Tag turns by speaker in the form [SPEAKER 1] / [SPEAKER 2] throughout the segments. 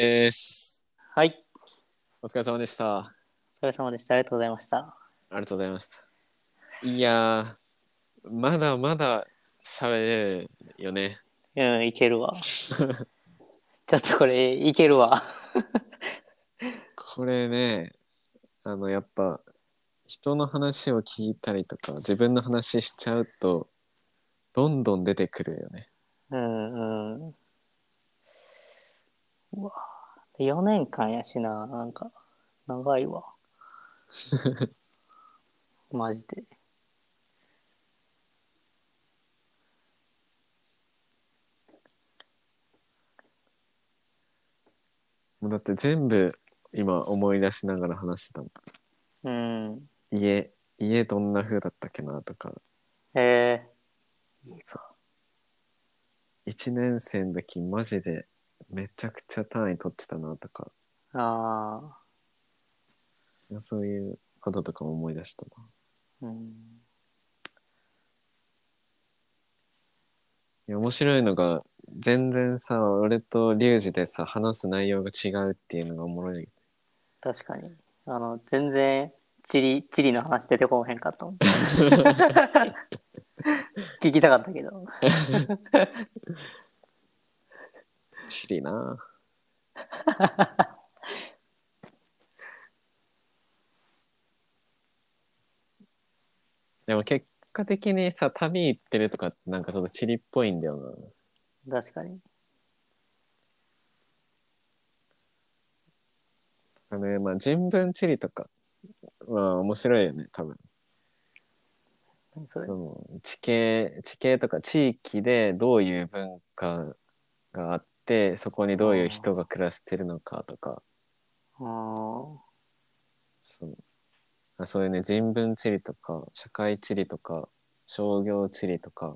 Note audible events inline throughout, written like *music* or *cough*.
[SPEAKER 1] です。
[SPEAKER 2] はい。
[SPEAKER 1] お疲れ様でした。あ
[SPEAKER 2] お疲れ様でした。ありがとうございました。
[SPEAKER 1] りがとうございました。いやー、まだまだ喋れるよね。
[SPEAKER 2] うん、いける *laughs* わ。ちょっとこれ、いけるわ。
[SPEAKER 1] これね、あの、やっぱ、人の話を聞いたりとか、自分の話しちゃうと、どんどん出てくるよね。
[SPEAKER 2] うん、うん。うわ4年間やしな、なんか、長い *laughs* わ。マジで。
[SPEAKER 1] もうだって全部、今思い出しながら話してたもん。
[SPEAKER 2] うん。
[SPEAKER 1] 家、家どんな風だったっけなとか、
[SPEAKER 2] え
[SPEAKER 1] 1年生の時マジでめちゃくちゃ単位取ってたなとか、
[SPEAKER 2] ー、あ
[SPEAKER 1] そういうこととかも思い出したな。
[SPEAKER 2] ー、うん。
[SPEAKER 1] いや面白いのが全然さ俺とリュウジでさ話す内容が違うっていうのがおもろい
[SPEAKER 2] 確かに。あの、全然、地理、地理の話出てこへんかった *laughs* もん。聞きたかったけど。 *laughs*
[SPEAKER 1] チリなでも結果的にさ旅行ってるとかってなんかちょっとチリっぽいんだよな
[SPEAKER 2] 確かに。
[SPEAKER 1] あのねまあ人文地理とかは面白いよね多分
[SPEAKER 2] 何そ
[SPEAKER 1] そ
[SPEAKER 2] れ。
[SPEAKER 1] の地形地形とか地域でどういう文化があってそこにどういう人が暮らしてるのかとか
[SPEAKER 2] あー
[SPEAKER 1] そのあそういうね人文地理とか社会地理とか商業地理とか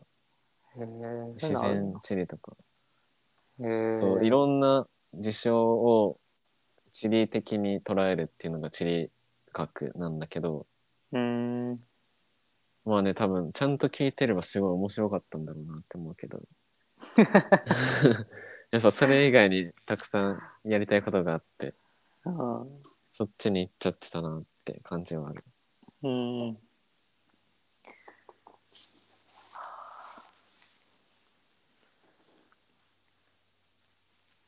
[SPEAKER 2] へー
[SPEAKER 1] 自然地理とか、
[SPEAKER 2] へー
[SPEAKER 1] そういろんな事象を地理的に捉えるっていうのが地理学なんだけど
[SPEAKER 2] うーん
[SPEAKER 1] まあね多分ちゃんと聞いてればすごい面白かったんだろうなって思う
[SPEAKER 2] *laughs*
[SPEAKER 1] けどやっぱそれ以外にたくさんやりたいことがあって
[SPEAKER 2] うん
[SPEAKER 1] そっちに行っちゃってたなって感じはある。
[SPEAKER 2] うん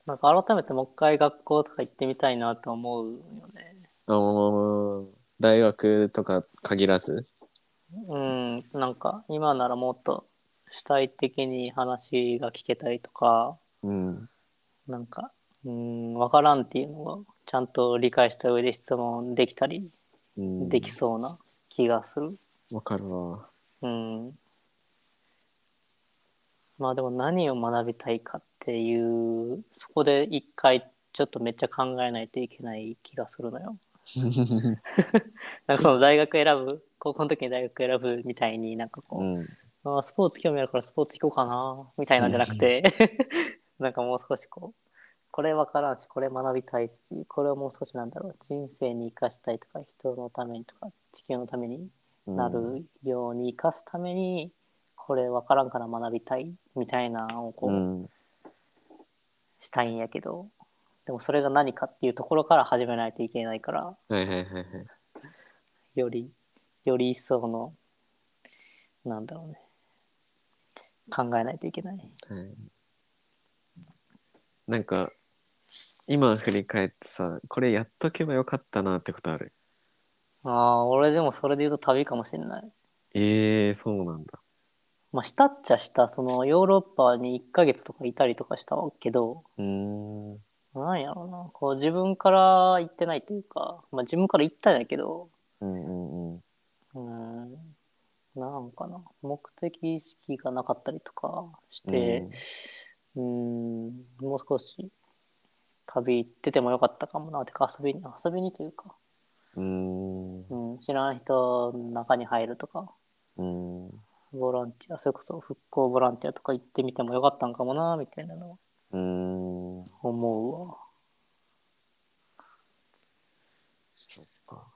[SPEAKER 2] なんか改めてもう一回学校とか行ってみたいなと思うよね。
[SPEAKER 1] あの大学とか限らず
[SPEAKER 2] うん、なんか今ならもっと主体的に話が聞けたりとか、
[SPEAKER 1] うん
[SPEAKER 2] なんか、うん、わからんっていうのをちゃんと理解した上で質問できたり
[SPEAKER 1] うん
[SPEAKER 2] できそうな気がする。
[SPEAKER 1] わかる *laughs* わ。
[SPEAKER 2] うん。まあでも何を学びたいかっていう、そこで一回ちょっとめっちゃ考えないといけない気がするのよ。なんかその大学選ぶ、高校の時に大学選ぶみたいになんかこう、
[SPEAKER 1] うん、
[SPEAKER 2] あースポーツ興味あるからスポーツ行こうかな、みたいなんじゃなくて、 *laughs* なんかもう少しこう、これ分からんし、これ学びたいし、これをもう少しなんだろう、人生に生かしたいとか、人のためにとか、地球のために
[SPEAKER 1] うん
[SPEAKER 2] なるように生かすために、これ分からんから学びたいみたいなのをこ
[SPEAKER 1] う、
[SPEAKER 2] うんしたいんやけど、でもそれが何かっていうところから始めないといけないから
[SPEAKER 1] はいはいはいはい。
[SPEAKER 2] よりより一層のなんだろうね考えないといけない。
[SPEAKER 1] はい、なんか今振り返ってさこれやっとけばよかったなってことある
[SPEAKER 2] ああ俺でもそれで言うと旅かもしれない。
[SPEAKER 1] ええー、そうなんだ
[SPEAKER 2] まあしたっちゃしたそのヨーロッパに1ヶ月とかいたりとかしたけど
[SPEAKER 1] うーん
[SPEAKER 2] なんやろうなこう自分から行ってないというか、まあ、自分から行ったんやけど
[SPEAKER 1] うんうんうん
[SPEAKER 2] うーんなんかな目的意識がなかったりとかして、うーん、もう少し旅行っててもよかったかもなってか遊びに遊びにというか、
[SPEAKER 1] うーんう
[SPEAKER 2] うん、知らん人の中に入るとか
[SPEAKER 1] ーん
[SPEAKER 2] ボランティアそれこそ復興ボランティアとか行ってみてもよかったんかもなみたいなのを
[SPEAKER 1] うーん
[SPEAKER 2] 思うわ
[SPEAKER 1] そっか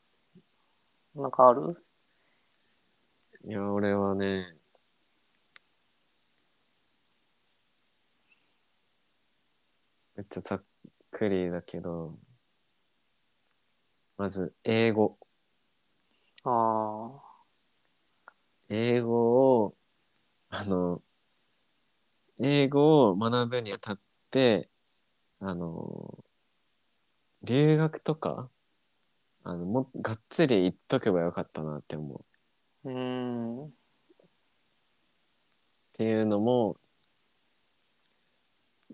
[SPEAKER 2] なんかある
[SPEAKER 1] いや俺はねめっちゃざっくりだけど、まず、英語。
[SPEAKER 2] ああ。
[SPEAKER 1] 英語を、あの、英語を学ぶにあたって、あの、留学とか、あの、も、がっつり行っとけばよかったなって思う。
[SPEAKER 2] うーん。
[SPEAKER 1] っていうのも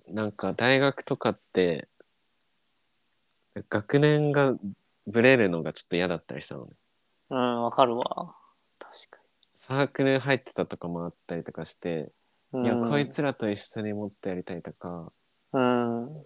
[SPEAKER 1] なんか大学とかって学年がブレるのがちょっと嫌だったりしたのね
[SPEAKER 2] うん、わかるわ。確か
[SPEAKER 1] サークル入ってたとかもあったりとかして、
[SPEAKER 2] に。うん、
[SPEAKER 1] いやこい。つらと一緒にもっとやりたいとか
[SPEAKER 2] うん。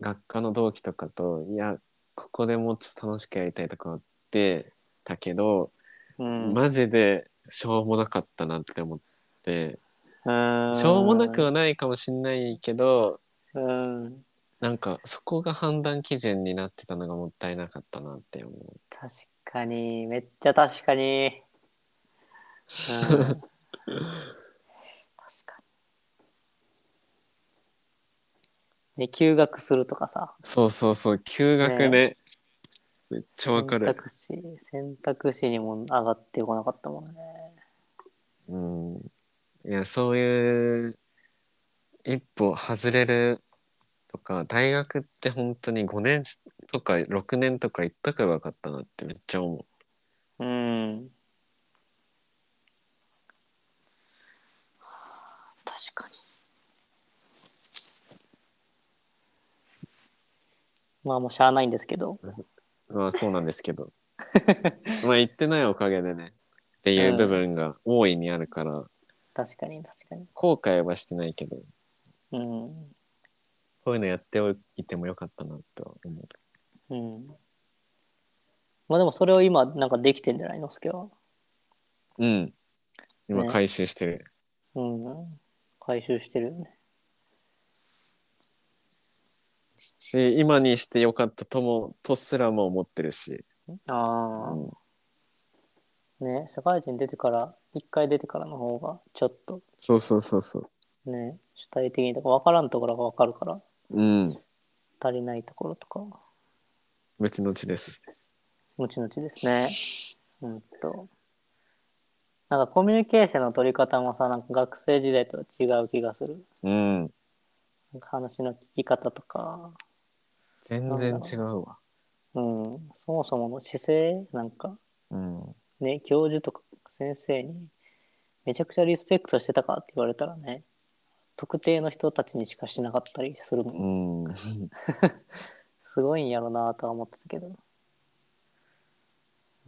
[SPEAKER 1] 学科の同期とかといやここでもうちょっと楽しくやりたいとかあってたけど、
[SPEAKER 2] うん。
[SPEAKER 1] マジでしょうもなかったなって思って、
[SPEAKER 2] うん
[SPEAKER 1] しょうもなくはないかもしんないけど
[SPEAKER 2] うん。
[SPEAKER 1] なんかそこが判断基準になってたのがもったいなかったなって思う。
[SPEAKER 2] 確かに。めっちゃ確かに。うん、確かに。ね、休学するとかさ。
[SPEAKER 1] そうそうそう休学ねめっちゃわか
[SPEAKER 2] 選
[SPEAKER 1] る。
[SPEAKER 2] 択肢、選択肢にも上がってこなかったもんね。
[SPEAKER 1] うん、いやそういう一歩外れるとか大学って本当に5年とか6年とか行っとけばよかったなってめっちゃ思う。
[SPEAKER 2] うん。確かに。まあもうしゃあないんですけど。
[SPEAKER 1] まあそうなんですけ *laughs* どまあ行ってないおかげでねっていう部分が大いにあるから、
[SPEAKER 2] 確かに確かに。
[SPEAKER 1] 後悔はしてないけど
[SPEAKER 2] うん。
[SPEAKER 1] こういうのやっておいてもよかったなとは思う。
[SPEAKER 2] うん。まあでもそれを今なんかできてんじゃないのすけは。
[SPEAKER 1] うん。今
[SPEAKER 2] ね
[SPEAKER 1] 回収してる。
[SPEAKER 2] うん。回収してるよね。
[SPEAKER 1] し、今にしてよかったとも、とすらも思ってるし。
[SPEAKER 2] あ
[SPEAKER 1] うん
[SPEAKER 2] あ。ね社会人出てから、一回出てからの方がちょっと
[SPEAKER 1] そうそうそうそう。
[SPEAKER 2] ね、主体的にとか分からんところが分かるから、
[SPEAKER 1] うん。
[SPEAKER 2] 足りないところとか、
[SPEAKER 1] 後々です。
[SPEAKER 2] 後々ですね。うんと。なんかコミュニケーションの取り方もさ、なんか学生時代とは違う気がする。
[SPEAKER 1] うん。
[SPEAKER 2] なんか話の聞き方とか、
[SPEAKER 1] 全然違うわ。
[SPEAKER 2] うん、そもそもの姿勢なんか、
[SPEAKER 1] うん。
[SPEAKER 2] ね、教授とか先生に、めちゃくちゃリスペクトしてたかって言われたらね、特定の人たちにしかしなかったりするもん。
[SPEAKER 1] うん。
[SPEAKER 2] すごいんやろなとは思ってたけど。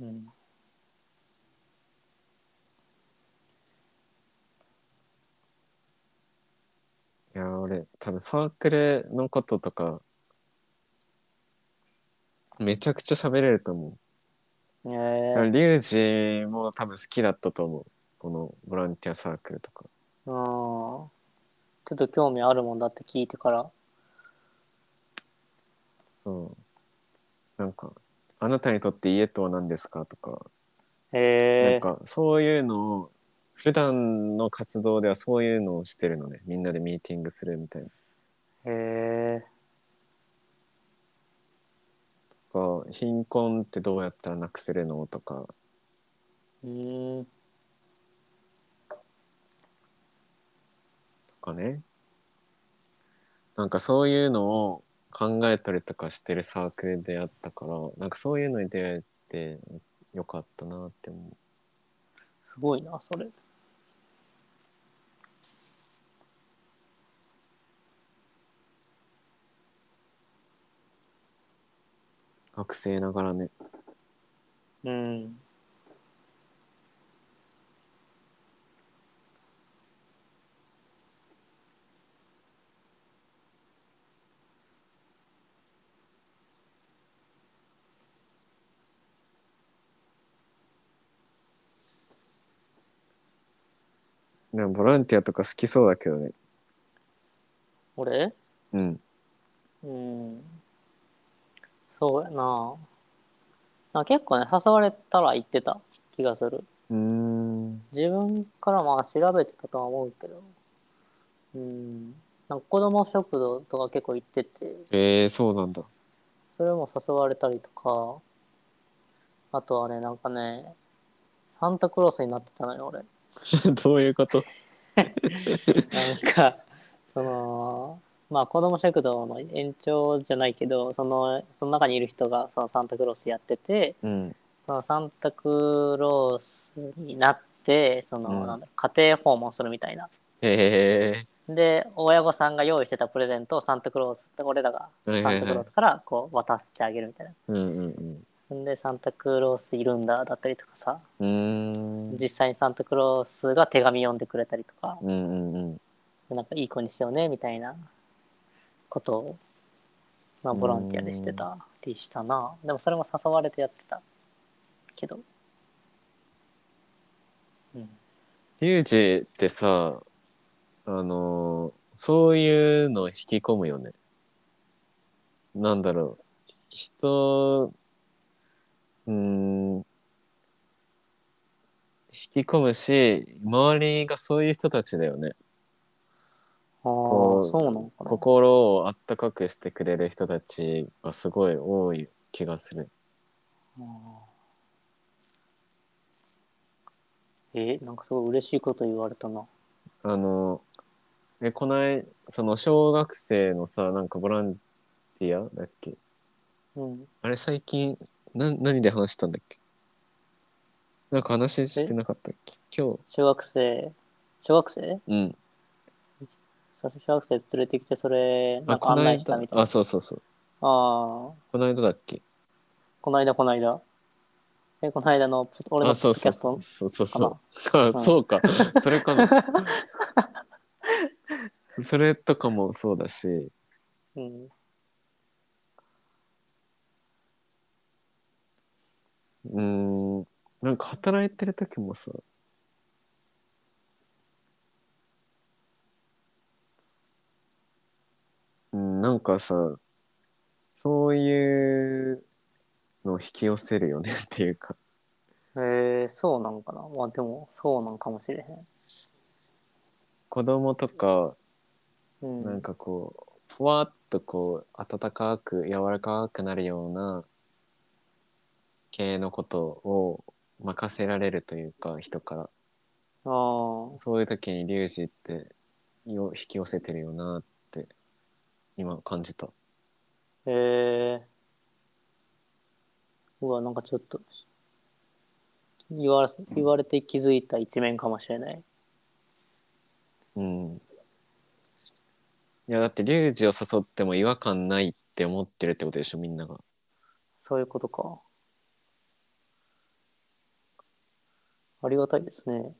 [SPEAKER 2] うん。
[SPEAKER 1] いや、俺、多分サークルのこととか、めちゃくちゃ喋れると思
[SPEAKER 2] え
[SPEAKER 1] う。
[SPEAKER 2] ー、
[SPEAKER 1] リュウジも多分好きだったと思う。このボランティアサークルとか。
[SPEAKER 2] あーちょっと興味あるもんだって聞いてから。
[SPEAKER 1] そう。なんか、あなたにとって家とは何ですかとか、な
[SPEAKER 2] へえ
[SPEAKER 1] んかそういうのを普段の活動ではそういうのをしてるのねみんなでミーティングするみたいな
[SPEAKER 2] ー。へえ
[SPEAKER 1] とか貧困ってどうやったらなくせるのとか
[SPEAKER 2] ー。うー
[SPEAKER 1] と
[SPEAKER 2] ん。
[SPEAKER 1] かねなんかそういうのを考えたりとかしてるサークルであったからなんかそういうのに出会えてよかったなって思う
[SPEAKER 2] すごいな、それ。
[SPEAKER 1] 学生ながらね
[SPEAKER 2] うん。
[SPEAKER 1] でもボランティアとか好きそうだけどね
[SPEAKER 2] 俺
[SPEAKER 1] うん
[SPEAKER 2] うん。そうやな。な結構ね、誘われたら行ってた気がする。
[SPEAKER 1] うーん
[SPEAKER 2] 自分からまあ調べてたとは思うけど、うん、なんか子供食堂とか結構行ってて、
[SPEAKER 1] えー、そうなんだ。 *laughs*
[SPEAKER 2] それも誘われたりとか、あとはね、なんかね、サンタクロースになってたのよ、俺。
[SPEAKER 1] どういうこと
[SPEAKER 2] なんか、その、まあ子供食堂の延長じゃないけど、その、その中にいる人がそのサンタクロースやってて、
[SPEAKER 1] うん。
[SPEAKER 2] そのサンタクロースになって、その、
[SPEAKER 1] うん
[SPEAKER 2] なんだろう家庭訪問するみたいな。
[SPEAKER 1] え
[SPEAKER 2] で、親御さんが用意してたプレゼントをサンタクロース、俺らが
[SPEAKER 1] は
[SPEAKER 2] サ
[SPEAKER 1] い
[SPEAKER 2] ン
[SPEAKER 1] はいはい
[SPEAKER 2] タクロースからこう渡してあげるみたいな。
[SPEAKER 1] ー。うんうん
[SPEAKER 2] んで、サンタクロースいるんだ、だったりとかさ、
[SPEAKER 1] うん。うーん。
[SPEAKER 2] 実際にサンタクロースが手紙読んでくれたりとか、
[SPEAKER 1] うんうんうん。
[SPEAKER 2] なんかいい子にしようねみたいなことを、まあ、ボランティアでしてたりしたなでもそれも誘われてやってたけど、うん、
[SPEAKER 1] リュウジってさ、あのーそういうのを引き込むよね。なんだろう。人、うーん、引き込むし、周りがそういう人たちだよね。
[SPEAKER 2] ああ
[SPEAKER 1] こう
[SPEAKER 2] そうなのかな
[SPEAKER 1] 心をあったかくしてくれる人たちがすごい多い気がする。
[SPEAKER 2] あーえなんかすごい嬉しいこと言われたな
[SPEAKER 1] あの、え、こない、その小学生のさ、なんかボランティアだっけ
[SPEAKER 2] うん
[SPEAKER 1] あれ最近、な、何で話したんだっけなんか話してなかったっけ今日。
[SPEAKER 2] 小学生小学生
[SPEAKER 1] うん。
[SPEAKER 2] 小学生連れてきてそれなんか
[SPEAKER 1] こ
[SPEAKER 2] 案
[SPEAKER 1] の
[SPEAKER 2] 内したみた
[SPEAKER 1] 間、
[SPEAKER 2] いな
[SPEAKER 1] あ、そうそうそう。
[SPEAKER 2] ああ
[SPEAKER 1] この間だっけ
[SPEAKER 2] この間この間えこの間のポ俺の
[SPEAKER 1] あ、
[SPEAKER 2] ポ
[SPEAKER 1] そ
[SPEAKER 2] ッ
[SPEAKER 1] う
[SPEAKER 2] ドキ
[SPEAKER 1] そ
[SPEAKER 2] ャ
[SPEAKER 1] う
[SPEAKER 2] スト
[SPEAKER 1] そう。そうそう
[SPEAKER 2] か
[SPEAKER 1] そ
[SPEAKER 2] な
[SPEAKER 1] う。あそうか。それか
[SPEAKER 2] *laughs*
[SPEAKER 1] も。それとかもそうだし、
[SPEAKER 2] うん、
[SPEAKER 1] うーん、なんか働いてる時もさ、うん、なんかさ、そういうのを引き寄せるよねっていうか。
[SPEAKER 2] えー、そうなんかなまあでもそうなんかもしれ
[SPEAKER 1] 子供とか
[SPEAKER 2] へん、うん、
[SPEAKER 1] なんかこうふわっとこう温かく柔らかくなるような系のことを任せられるというか人から
[SPEAKER 2] あー
[SPEAKER 1] そういう時にリュウジってよ引き寄せてるよなって今感じた
[SPEAKER 2] えー、うわなんかちょっと言われ言われて気づいた一面かもしれない
[SPEAKER 1] うんいやだってリュウジを誘っても違和感ないって思ってるってことでしょみんな *laughs* が
[SPEAKER 2] そういうことかありがたいですね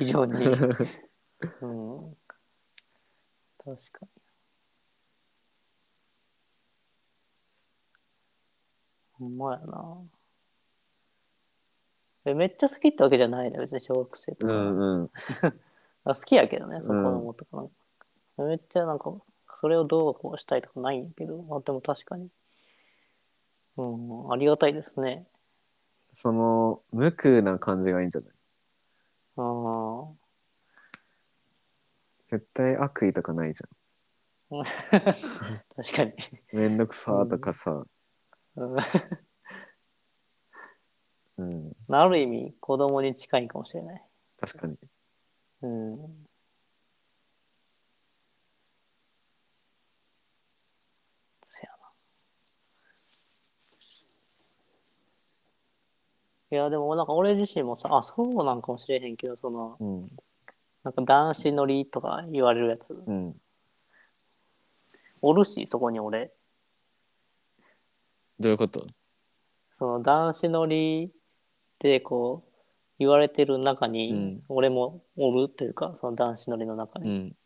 [SPEAKER 2] 非常に、うん、確かにほんまやなえめっちゃ好きってわけじゃないね別に小学生と
[SPEAKER 1] う
[SPEAKER 2] か、
[SPEAKER 1] んうん
[SPEAKER 2] あ好きやけどねそこ
[SPEAKER 1] うん
[SPEAKER 2] のもとかなんか、めっちゃなんかそれをどうこうしたいとかないんやけどあでも確かにうんありがたいですね
[SPEAKER 1] その無垢な感じがいいんじゃない
[SPEAKER 2] ああ
[SPEAKER 1] 絶対悪意とかないじゃん
[SPEAKER 2] 確かに
[SPEAKER 1] めんどくさーとかさ、
[SPEAKER 2] うん *laughs*
[SPEAKER 1] うん、
[SPEAKER 2] ある意味子供に近いかもしれない。
[SPEAKER 1] 確かに。
[SPEAKER 2] うん。そやな。いやでもなんか俺自身もさあそうなんかもしれへんけどその
[SPEAKER 1] うん、
[SPEAKER 2] なんか男子乗りとか言われるやつ
[SPEAKER 1] うん。
[SPEAKER 2] おるしそこに俺
[SPEAKER 1] どういうこと？
[SPEAKER 2] その男子乗りってこう言われてる中
[SPEAKER 1] う
[SPEAKER 2] に
[SPEAKER 1] ん
[SPEAKER 2] 俺もおるというか、その男子乗りの中に
[SPEAKER 1] う、ん。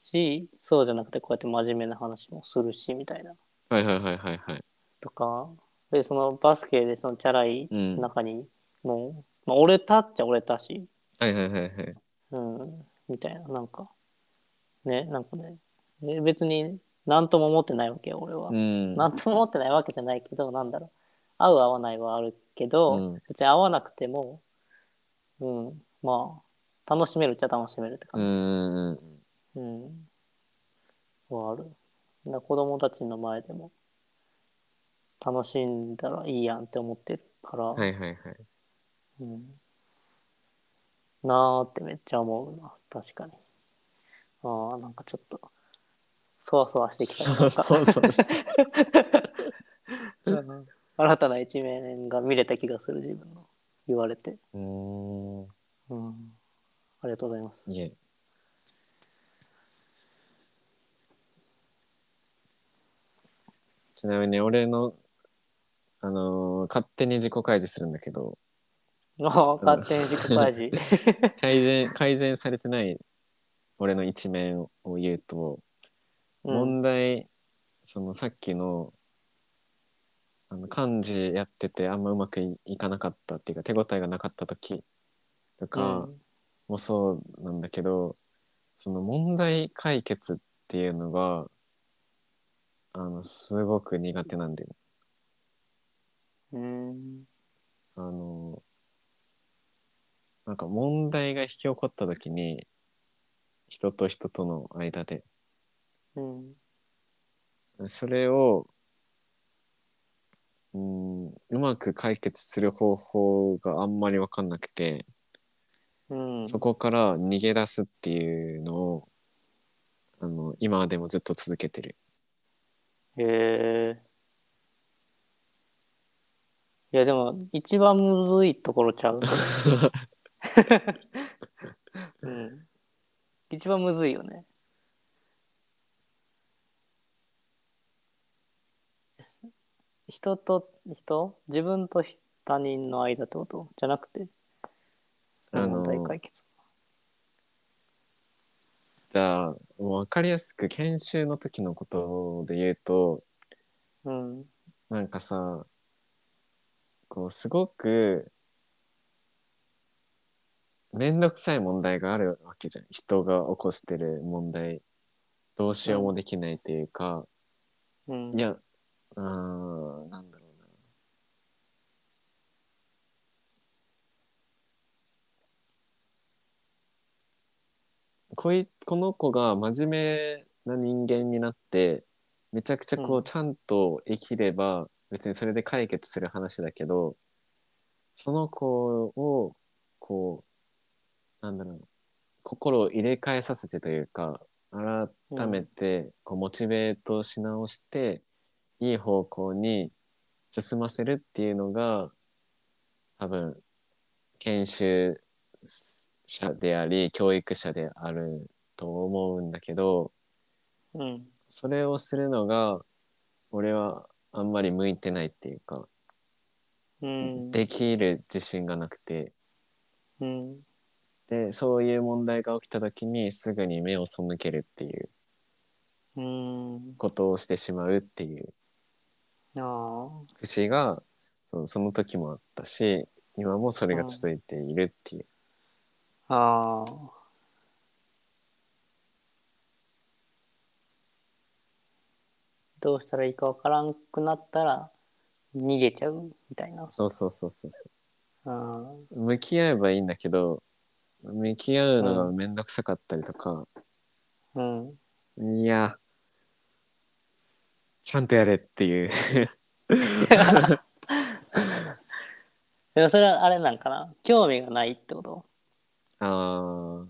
[SPEAKER 2] しそうじゃなくてこうやって真面目な話もするしみたいな
[SPEAKER 1] はいはいはいはいはい。
[SPEAKER 2] とかでそのバスケでそのチャラい
[SPEAKER 1] うん。は
[SPEAKER 2] 中にもう、まあ、俺たっちゃ俺たし、
[SPEAKER 1] いはいはいはい。
[SPEAKER 2] うん、みたいななんかねなんかねね別に何とも思ってないわけよ俺は、
[SPEAKER 1] うん。
[SPEAKER 2] 何とも思ってないわけじゃないけどなんだろう合う合わないはあるけど、
[SPEAKER 1] うん
[SPEAKER 2] 別に合わなくてもうんまあ楽しめるっちゃ楽しめるって
[SPEAKER 1] う
[SPEAKER 2] 感じ、
[SPEAKER 1] んうん
[SPEAKER 2] うん。はある。な子供たちの前でも、楽しんだらいいやんって思ってるから、
[SPEAKER 1] はいはいはい。
[SPEAKER 2] うん。なーってめっちゃ思うな、確かに。ああ、なんかちょっと、そわそわしてきたという
[SPEAKER 1] そう
[SPEAKER 2] か
[SPEAKER 1] そうそう。
[SPEAKER 2] うん *laughs* 新たな一面が見れた気がする、自分の。言われて。
[SPEAKER 1] *laughs* うーん。
[SPEAKER 2] うん。ありがとうございます。
[SPEAKER 1] いえ。ちなみに俺の、あのー勝手に自己開示するんだけ *laughs* ど、
[SPEAKER 2] ああ、勝手に自己
[SPEAKER 1] *laughs*
[SPEAKER 2] 開示。
[SPEAKER 1] 改善、改善されてない俺の一面を言うと、
[SPEAKER 2] うん。
[SPEAKER 1] 問題、そのさっきの、あの、漢字やっててあんまうまくいいかなかったっていうか、手応えがなかった時と
[SPEAKER 2] う
[SPEAKER 1] か、
[SPEAKER 2] ん。
[SPEAKER 1] もそうなんだけどその問題解決っていうのがあのすごく苦手なんだよね。
[SPEAKER 2] うん。
[SPEAKER 1] あのなんか問題が引き起こった時に人と人との間で
[SPEAKER 2] うん。
[SPEAKER 1] それをうんうまく解決する方法があんまり分かんなくて、
[SPEAKER 2] うん。
[SPEAKER 1] そこから逃げ出すっていうのをあの今でもずっと続けてる。
[SPEAKER 2] へえ。いや、でも、一番むずいところちゃう。 *laughs* うん。一番むずいよね。す人と人自分とひ他人の間ってことじゃなくて、
[SPEAKER 1] あの
[SPEAKER 2] 問題解決。
[SPEAKER 1] じゃあ、もう分かりやすく研修の時のことで言うと、
[SPEAKER 2] うん。
[SPEAKER 1] なんかさ、こう、すごく、めんどくさい問題があるわけじゃん。人が起こしてる問題。どうしようもできないというか、
[SPEAKER 2] うん。
[SPEAKER 1] いや、うーん、なんだろうな。こい、この子が真面目な人間になって、めちゃくちゃこ
[SPEAKER 2] う
[SPEAKER 1] う、
[SPEAKER 2] ん
[SPEAKER 1] ちゃんと生きれば、別にそれで解決する話だけど、その子を、こう、なんだろう、心を入れ替えさせてというか、改改めてこうモチベートし直していい方向に進ませるっていうのが多分研修者であり教育者であると思うんだけど
[SPEAKER 2] うん。
[SPEAKER 1] それをするのが俺はあんまり向いてないっていうか、
[SPEAKER 2] うん。
[SPEAKER 1] できる自信がなくて
[SPEAKER 2] うん。
[SPEAKER 1] でそういう問題が起きた時にすぐに目を背けるっていう
[SPEAKER 2] うん。
[SPEAKER 1] ことをしてしまうっていう
[SPEAKER 2] ああ。
[SPEAKER 1] 節がそうその時もあったし今もそれが続いているっていう、
[SPEAKER 2] ああ。どうしたらいいかわからんくなったら逃げちゃうみたいな。
[SPEAKER 1] そうそうそうそうそ
[SPEAKER 2] あ
[SPEAKER 1] う向き合えばいいんだけど向き合うのが面倒くさかったりとか、
[SPEAKER 2] あうん。
[SPEAKER 1] いやちゃんとやれっていう
[SPEAKER 2] でもそれはあれなんかな興味がないってこと
[SPEAKER 1] あー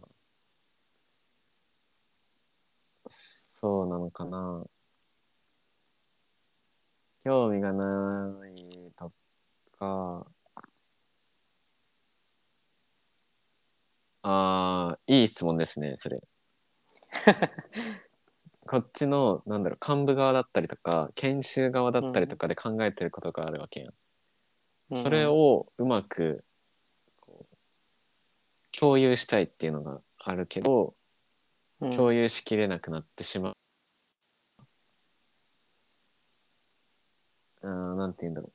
[SPEAKER 1] そうなのかな興味がないとかあーいい質問ですねそれこっちのなんだろう幹部側だったりとか研修側だったりとかで考えてることがあるわけやんそれ。をうまくこう共有したいっていうのがあるけど、
[SPEAKER 2] うんうん
[SPEAKER 1] 共有しきれなくなってしまう。あーなんて言うんだろ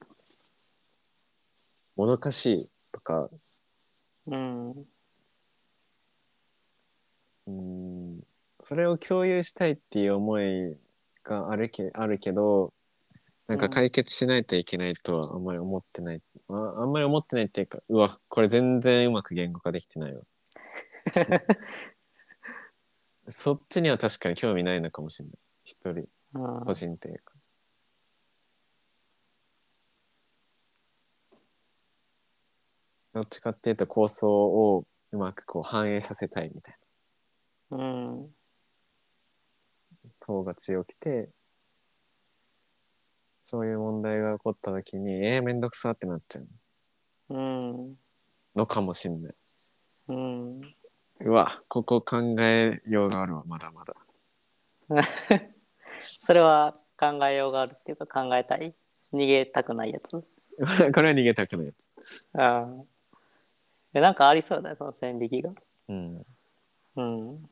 [SPEAKER 1] う。もどかしいとか、
[SPEAKER 2] うん。
[SPEAKER 1] うーん、それを共有したいっていう思いがあるけあるけど、なんか解決しないといけないとはあんまり思ってない。ああんまり思ってないっていうか、う
[SPEAKER 2] *laughs*
[SPEAKER 1] わ、これ全然うまく言語化できてないわ。そっちには確かに興味ないのかもしれない一人
[SPEAKER 2] うん
[SPEAKER 1] 個人っていうかどっちかっていうと構想をうまくこう反映させたいみたいな
[SPEAKER 2] うん
[SPEAKER 1] 党が強くてそういう問題が起こった時にえー、めんどくさってなっちゃう
[SPEAKER 2] うん
[SPEAKER 1] のかもしんない
[SPEAKER 2] うん
[SPEAKER 1] うわここ考えようがあるわまだまだ *laughs*
[SPEAKER 2] それは考えようがあるっていうか考えたい逃げたくないやつ
[SPEAKER 1] これは逃げたくない
[SPEAKER 2] ああなんかありそうだねその線引きが
[SPEAKER 1] うん
[SPEAKER 2] うん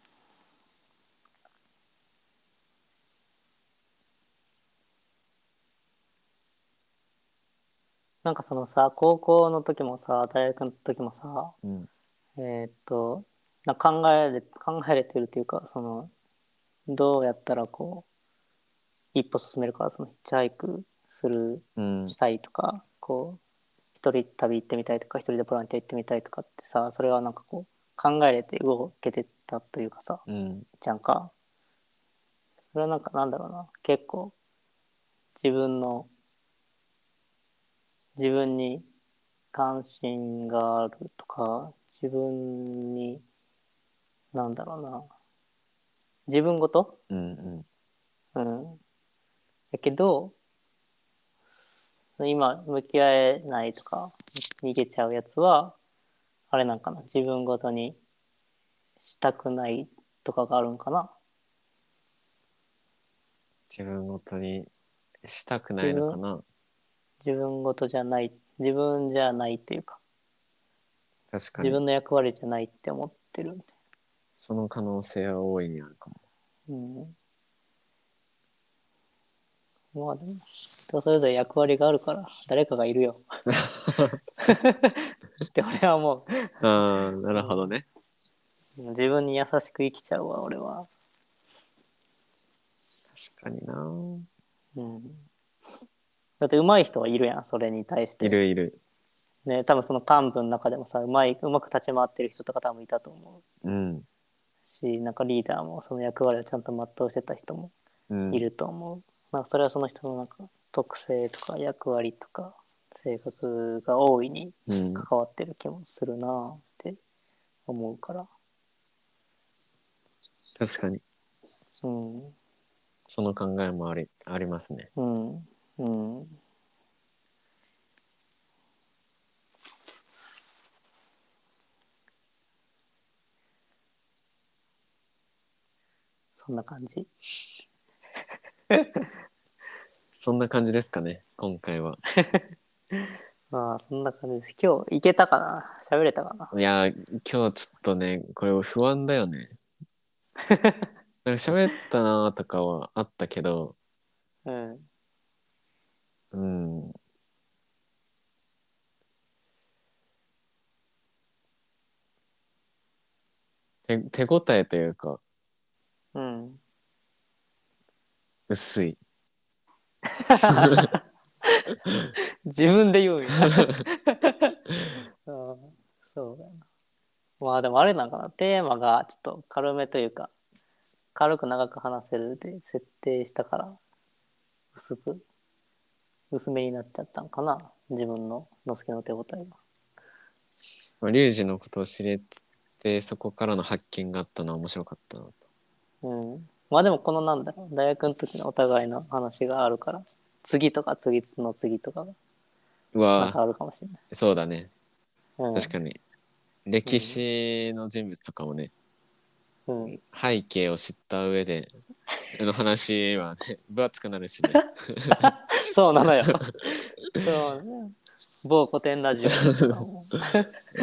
[SPEAKER 2] なんかそのさ高校の時もさ大学の時もさ
[SPEAKER 1] うん
[SPEAKER 2] えーっとなんか考えれ考えれてるというかそのどうやったらこう一歩進めるかそのヒッチハイクする
[SPEAKER 1] うん
[SPEAKER 2] したいとかこう一人旅行ってみたいとか一人でボランティア行ってみたいとかってさそれはなんかこう考えれて動けてたというかさ
[SPEAKER 1] うん
[SPEAKER 2] じゃんかそれはなんかなんだろうな結構自分の自分に関心があるとか自分になんだろうな自分ごと
[SPEAKER 1] うんうん
[SPEAKER 2] うん。だけど、今、向き合えないとか、逃げちゃうやつは、あれなんかな、自分ごとにしたくないとかがあるんかな。
[SPEAKER 1] 自分ごとにしたくないのかな
[SPEAKER 2] 自分ごとじゃない、自分じゃないというか、
[SPEAKER 1] 確か
[SPEAKER 2] 自
[SPEAKER 1] に
[SPEAKER 2] 分の役割じゃないって思ってる。
[SPEAKER 1] その可能性は大いにあるかも
[SPEAKER 2] うん。まあでも、人それぞれ役割があるから、誰かがいるよ。って俺は思う。
[SPEAKER 1] ああなるほどね
[SPEAKER 2] 自分に優しく生きちゃうわ俺は、
[SPEAKER 1] 確かにな
[SPEAKER 2] うん、だって上手い人はいるやんそれに対して
[SPEAKER 1] いるいる
[SPEAKER 2] ね多分その幹部の中でもさうまいうまく立ち回ってる人とか多分いたと思う
[SPEAKER 1] うん、
[SPEAKER 2] しなんかリーダーもその役割をちゃんと全うしてた人も
[SPEAKER 1] うん、
[SPEAKER 2] いると思う、まあそれはその人のなんか特性とか役割とか生活が大いに
[SPEAKER 1] うん
[SPEAKER 2] 関わってる気もするなあって思うから
[SPEAKER 1] 確かに
[SPEAKER 2] うん
[SPEAKER 1] その考えもありありますね
[SPEAKER 2] うんうんそんな感じ。
[SPEAKER 1] そんな感じですかね今回は
[SPEAKER 2] まあ、そんな感じです。今日、いけたかな喋れたかない
[SPEAKER 1] やー今日ちょっとねこれ不安だよねなんか喋ったなーとかはあったけど
[SPEAKER 2] うん。
[SPEAKER 1] うん手手応えというか
[SPEAKER 2] うん。
[SPEAKER 1] 薄い *laughs*
[SPEAKER 2] 自分で言うみたいな。うんそうだな。まあでもあれなんかな。テーマがちょっと軽めというか、軽く長く話せるで設定したから、薄く、薄めになっちゃったんかな。自分の、のすけの手応えが。
[SPEAKER 1] まあ、リュウジのことを知れてそこからの発見があったのは面白かったなと
[SPEAKER 2] うん。まあでもこのなんだろう。大学の時のお互いの話があるから、次とか次の次とかが
[SPEAKER 1] う
[SPEAKER 2] なん
[SPEAKER 1] わ
[SPEAKER 2] かあるかもしれない。
[SPEAKER 1] そうだね
[SPEAKER 2] うん、
[SPEAKER 1] 確かに、歴史の人物とかもね
[SPEAKER 2] うん。
[SPEAKER 1] 背景を知った上での話はね分厚くなるし
[SPEAKER 2] *laughs*
[SPEAKER 1] ね
[SPEAKER 2] そうなのよ。 *laughs* そう、ね。某古典ラジオとかも。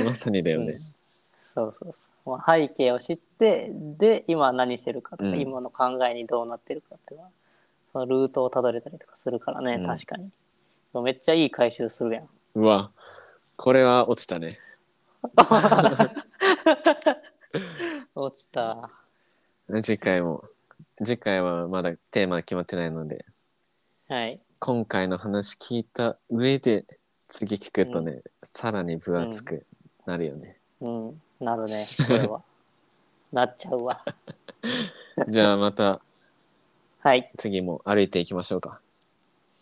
[SPEAKER 1] まさにだよね、
[SPEAKER 2] そうそうそう、まあ、背景を知ってで今何してるかとか、
[SPEAKER 1] うん
[SPEAKER 2] 今の考えにどうなってるかっていうのはそのルートをたどれたりとかするからね、
[SPEAKER 1] うん
[SPEAKER 2] 確かにめっちゃいい回収するやん
[SPEAKER 1] うわこれは落ちたね
[SPEAKER 2] 落ちた
[SPEAKER 1] 次回も次回はまだテーマ決まってないので
[SPEAKER 2] はい
[SPEAKER 1] 今回の話聞いた上で次聞くとね、
[SPEAKER 2] *laughs*
[SPEAKER 1] さらに分厚くなるよね、 *laughs*
[SPEAKER 2] うんなるねこれはなっちゃうわ。
[SPEAKER 1] じゃあまた
[SPEAKER 2] はい。
[SPEAKER 1] 次も歩いていきましょうか。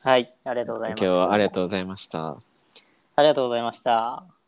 [SPEAKER 2] はい。ありがとうござ
[SPEAKER 1] 今
[SPEAKER 2] います。
[SPEAKER 1] 日はありがとうございました。
[SPEAKER 2] ありがとうございました。